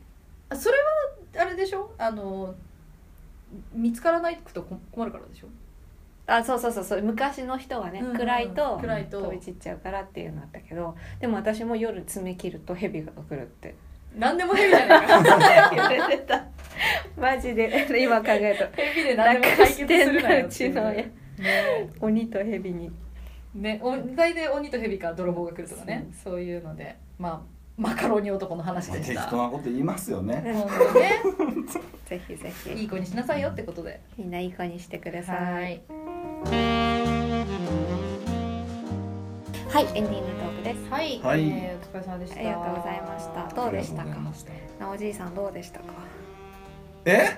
D: あそれはあれでしょあの見つからないと困困るからでしょ
C: あそうそうそうそう昔の人はね、
D: うん
C: 暗いと
D: 暗いと
C: 飛び散っちゃうからっていうのあったけどでも私も夜爪切ると蛇が来るって
D: 何でも蛇じゃないか
C: 言われてたマジで今考える
D: 蛇で
C: と
D: 何でも
C: 落下
D: 解
C: し
D: 決
C: て
D: す
C: ん
D: るな
C: だ
D: よ
C: う
D: って
C: ち
D: いう
C: の親
D: ね
C: 鬼と蛇に
D: ねお大体鬼と蛇か泥棒が来るとかねそういうのでまあマカロニ男の話
E: まあ
D: でし
E: 適
D: た
E: 当なこと言いますよね
D: 本当にね
C: ぜひぜ
D: いい
C: ひ
D: 子にしなさいよってことで
C: みんないい子にしてくださいはい
D: い
C: エンディングトークです
D: はい、
E: はい
D: えーお疲れ様でした
C: ありがとうございましたどうでしたか
E: ありがとうございました
C: なおじいさんどうでしたか
E: え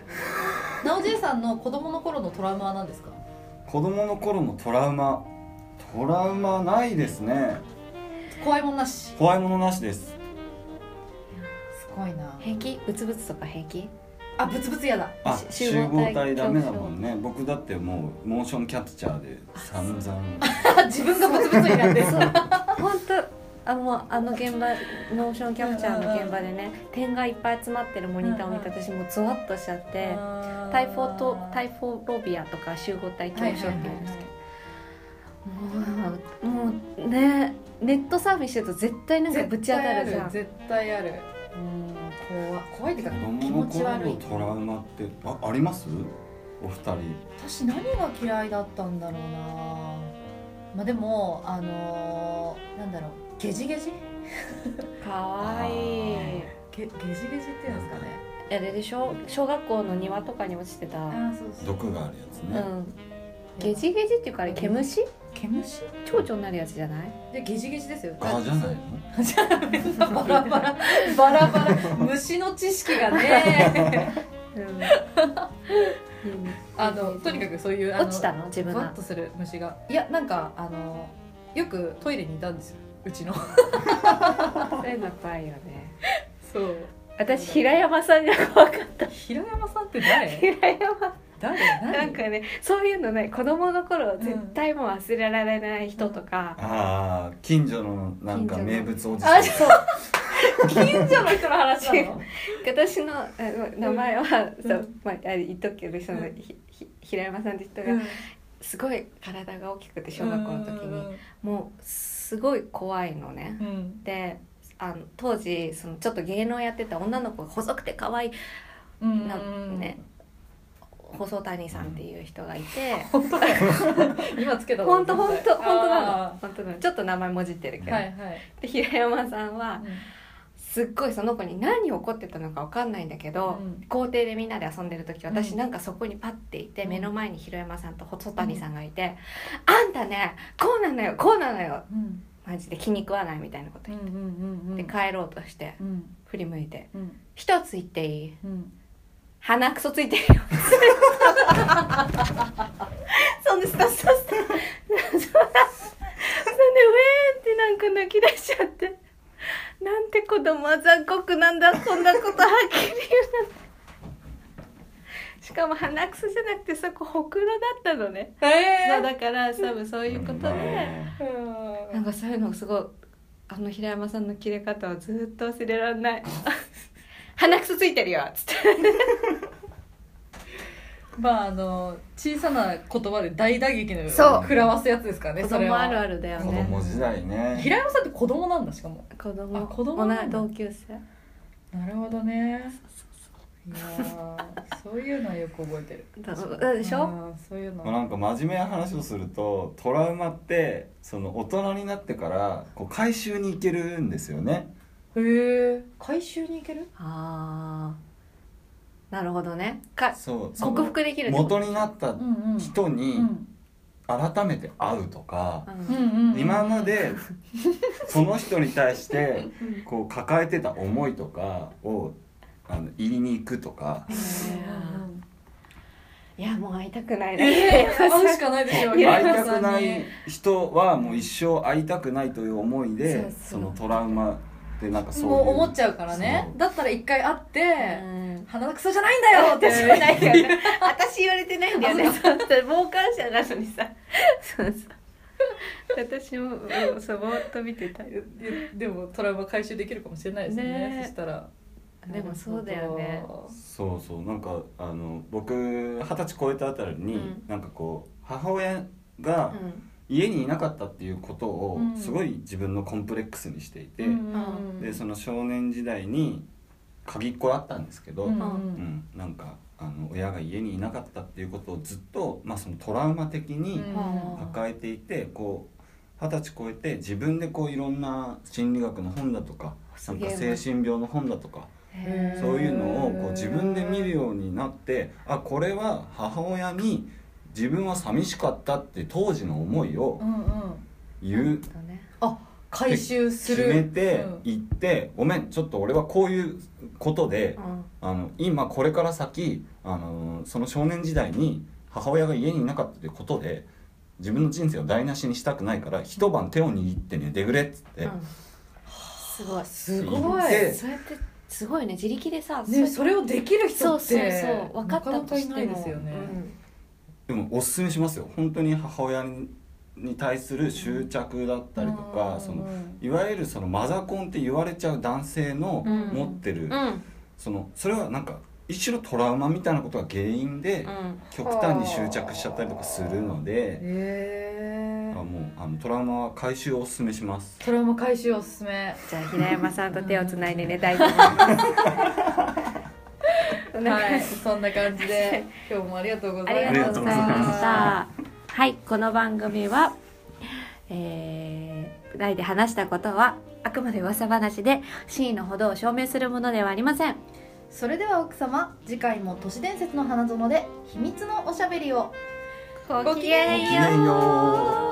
D: なおじいさんの子供の頃のトラウマは何ですか
E: 子供の頃のトラウマトラウマないですね
D: 怖いもんなしす
E: 怖いものなしです
D: ごいな
C: 平気ブツブツとか平気
D: あブツブツ やだ
E: あ
C: 集
E: 集
C: 合体
E: 合体ダメだもんね僕だってもうモーションキャプチャーで散々
D: あ自分がブツブツになって
C: そう 本当あもうあの現場ノーションキャプチャーの現場でね点がいっぱい集まってるモニターを見て
D: うん
C: 私もうゾワッとしちゃってタイフォートタイフォロビアとか集合体恐怖症っていうんですけどもうもうねネットサーフィンしてると絶対なんかぶち当たるじゃん
D: 絶対あるうん怖い怖いっていう
E: 子
D: か
E: 供
D: 気
E: の
D: 持ち
E: 頃
D: 悪い
E: のトラウマってあありますお二人
D: 私何が嫌いだったんだろうなまあでもあのーなんだろうゲジゲジ
C: かわいい
D: ゲゲジゲジっていうんですかね
C: あれでしょ小学校の庭とかに落ちてたう
D: あそうそう
E: 毒があるやつね、
C: んゲジゲジっていうかあれ毛虫
D: 毛虫
C: 蝶々になるやつじゃない
D: でゲジゲジですよ
E: ガじゃない の
D: バラバラバラバ ラ虫の知識がねあのとにかくそういうあの
C: 落ちたの自分
D: ふわ
C: が
D: っとする虫がいやなんかあのよくトイレにいたんですようちの
C: そういうの怖いよね
D: そう
C: 私平山さんが怖かった
D: 平山さんって 誰
C: 平山
D: 誰誰
C: なんかねそういうのね子供の頃絶対もう忘れられない人とか、
E: ああ近所のなん
C: 近
E: か
C: 所の
E: 名物おじさ
D: あ
E: ん
D: そう近所の人の話な
C: 違う
D: の
C: 私のあ名前は、
D: うん
C: そう、まあ、あれ言っとくけどその、
D: うん
C: ひひ平山さんって人が、すごい体が大きくて小学校の時に、もうすごい怖いのね
D: う、ん
C: であの当時そのちょっと芸能やってた女の子が細くて可愛い
D: うん
C: な、ね細谷さんっていう人がいて、
D: 今つけたの
C: 本当本当本当なの
D: あ
C: 本当なのちょっと名前もじってるけ
D: ー
C: ど、
D: はいはい
C: で平山さんはすっごいその子に何を怒ってたのかわかんないんだけど、
D: うん
C: 校庭でみんなで遊んでる時
D: う
C: 私
D: ん
C: なんかそこにパッていて、
D: うん
C: 目の前に平山さんと細谷さんがいて「あんたねこうなのよこうなのよ
D: うん
C: マジで気に食わない」みたいなこと
D: うん
C: 言
D: う
C: っ
D: ん
C: て、
D: うんうん
C: で帰ろうとして
D: うん
C: 振り向いて
D: うん
C: 「一つ言っていい
D: うん
C: 鼻くそついてるよ」そんでスタスタスタそんでウェーンってなんか泣き出しちゃってなんて子供は残酷なんだそんなことはっきり言うなんてしかも鼻くそじゃなくてそこほくろだったのね、まあ
D: え
C: だから多分そういうことで、
D: ー
C: なんかそういうのすごいあの平山さんの切れ方はずっと忘れられない鼻くそついてるよっつって
D: まああの小さな言葉で大打撃の
C: そう
D: 食らわすやつですからね
C: 子
D: それ
C: 供
D: は
C: あるあるだよ
E: 子
C: ね
E: 供時代ね
D: 平山さんって子供なんだしかも
C: 子供
D: あ子供なんだ
C: 同級生
D: なるほどねいやーそういうのはよく覚えてる
C: だだでしょ
D: あーそういうの
E: まあなんか真面目な話をするとトラウマってその大人になってからこう回収に行けるんですよね
D: へえ回収に行ける
C: ああなるほどねか
E: そうその
C: 克服できるってこと
E: 元になった
D: うんうん
E: 人に
D: うん
E: 改めて会うとか、
D: う
C: うんん
D: うん
E: 今 までその人に対してこう抱えてた思いとかをあの入りに行くとか
C: いやもう会いたくない
D: え
C: ね
D: ー、会うしかないですよ
E: 会い
D: 平山
E: た
D: さ
E: く
D: ん
E: な
D: に
E: い人はもう一生会いたくないという思いで
C: そそ
E: そう
C: う
E: のトラウマでなんかそういう
D: もう思っちゃうからね
E: そう
D: だったら一回会って
C: うん
D: 「鼻のクソじゃないんだよ!」って
C: 私はないんだよね私言われてないんだよねそう傍観者なのにさそうそう私もうんそうぼーっと見てた
D: ええでもトラウマ回収できるかもしれないですね
C: ねえ
D: そしたら
C: でもそうだよね
E: そうそうなんかあの僕二十歳超えたあたりに、
C: うん
E: なんかこう母親が
C: う
E: 家にいなかったっていうことを
D: うん
E: すごい自分のコンプレックスにしていて、でそ
D: の
E: の少年時代に鍵っ子だったんですけど、
D: うん
E: うん、なんかあの親が家にいなかったっていうことをずっと、まあ、そのトラウマ的
D: う
E: に
D: ん
E: 抱えていて、こう二十歳超えて自分でこういろんな心理学の本だとかなんか精神病の本だとか
D: へー
E: そういうのをこう自分で見るようになってあこれは母親に自分は寂しかったって当時の思いを
D: うんうん
E: 言う
D: 回収す
E: 決
D: る
E: めて
D: うん
E: 行って「ごめんちょっと俺はこういうことであの今これから先あのその少年時代に母親が家にいなかったってことで自分の人生を台無しにしたくないから一晩手を握って寝てくれ」っつって
C: すごい
D: すごい
E: で
C: そうやってすごいね自力でさ
D: ねそれをできる
C: そ
D: 人
C: う
D: っ
C: そう
D: て
C: そう分かったとしても
D: なかなかいないですよね
C: うん
E: でもおすすめしますよ本当に母親に対する執着だったりとか、そのいわゆるそのマザコンって言われちゃう男性の
C: うん
E: 持ってる、
C: うん
E: そのそれはなんか一種のトラウマみたいなことが原因で
C: うん
E: 極端に執着しちゃったりとかするので、
D: え
E: あもうあのトラウマは回収をおすすめします。
D: トラウマ回収おすすめ
C: じゃあ平山さんと手をつないで寝たいと思います。
D: はい、そんな感じで今日もありがとうござ
C: あ
D: いま
C: り
D: し
C: が
D: た
C: とうございました。はい、この番組は、えー、ライで話したことはあくまで噂話で真意のほどを証明するものではありません。
D: それでは奥様次回も都市伝説の花園で秘密のおしゃべりを
C: ご
D: きげ
E: んよう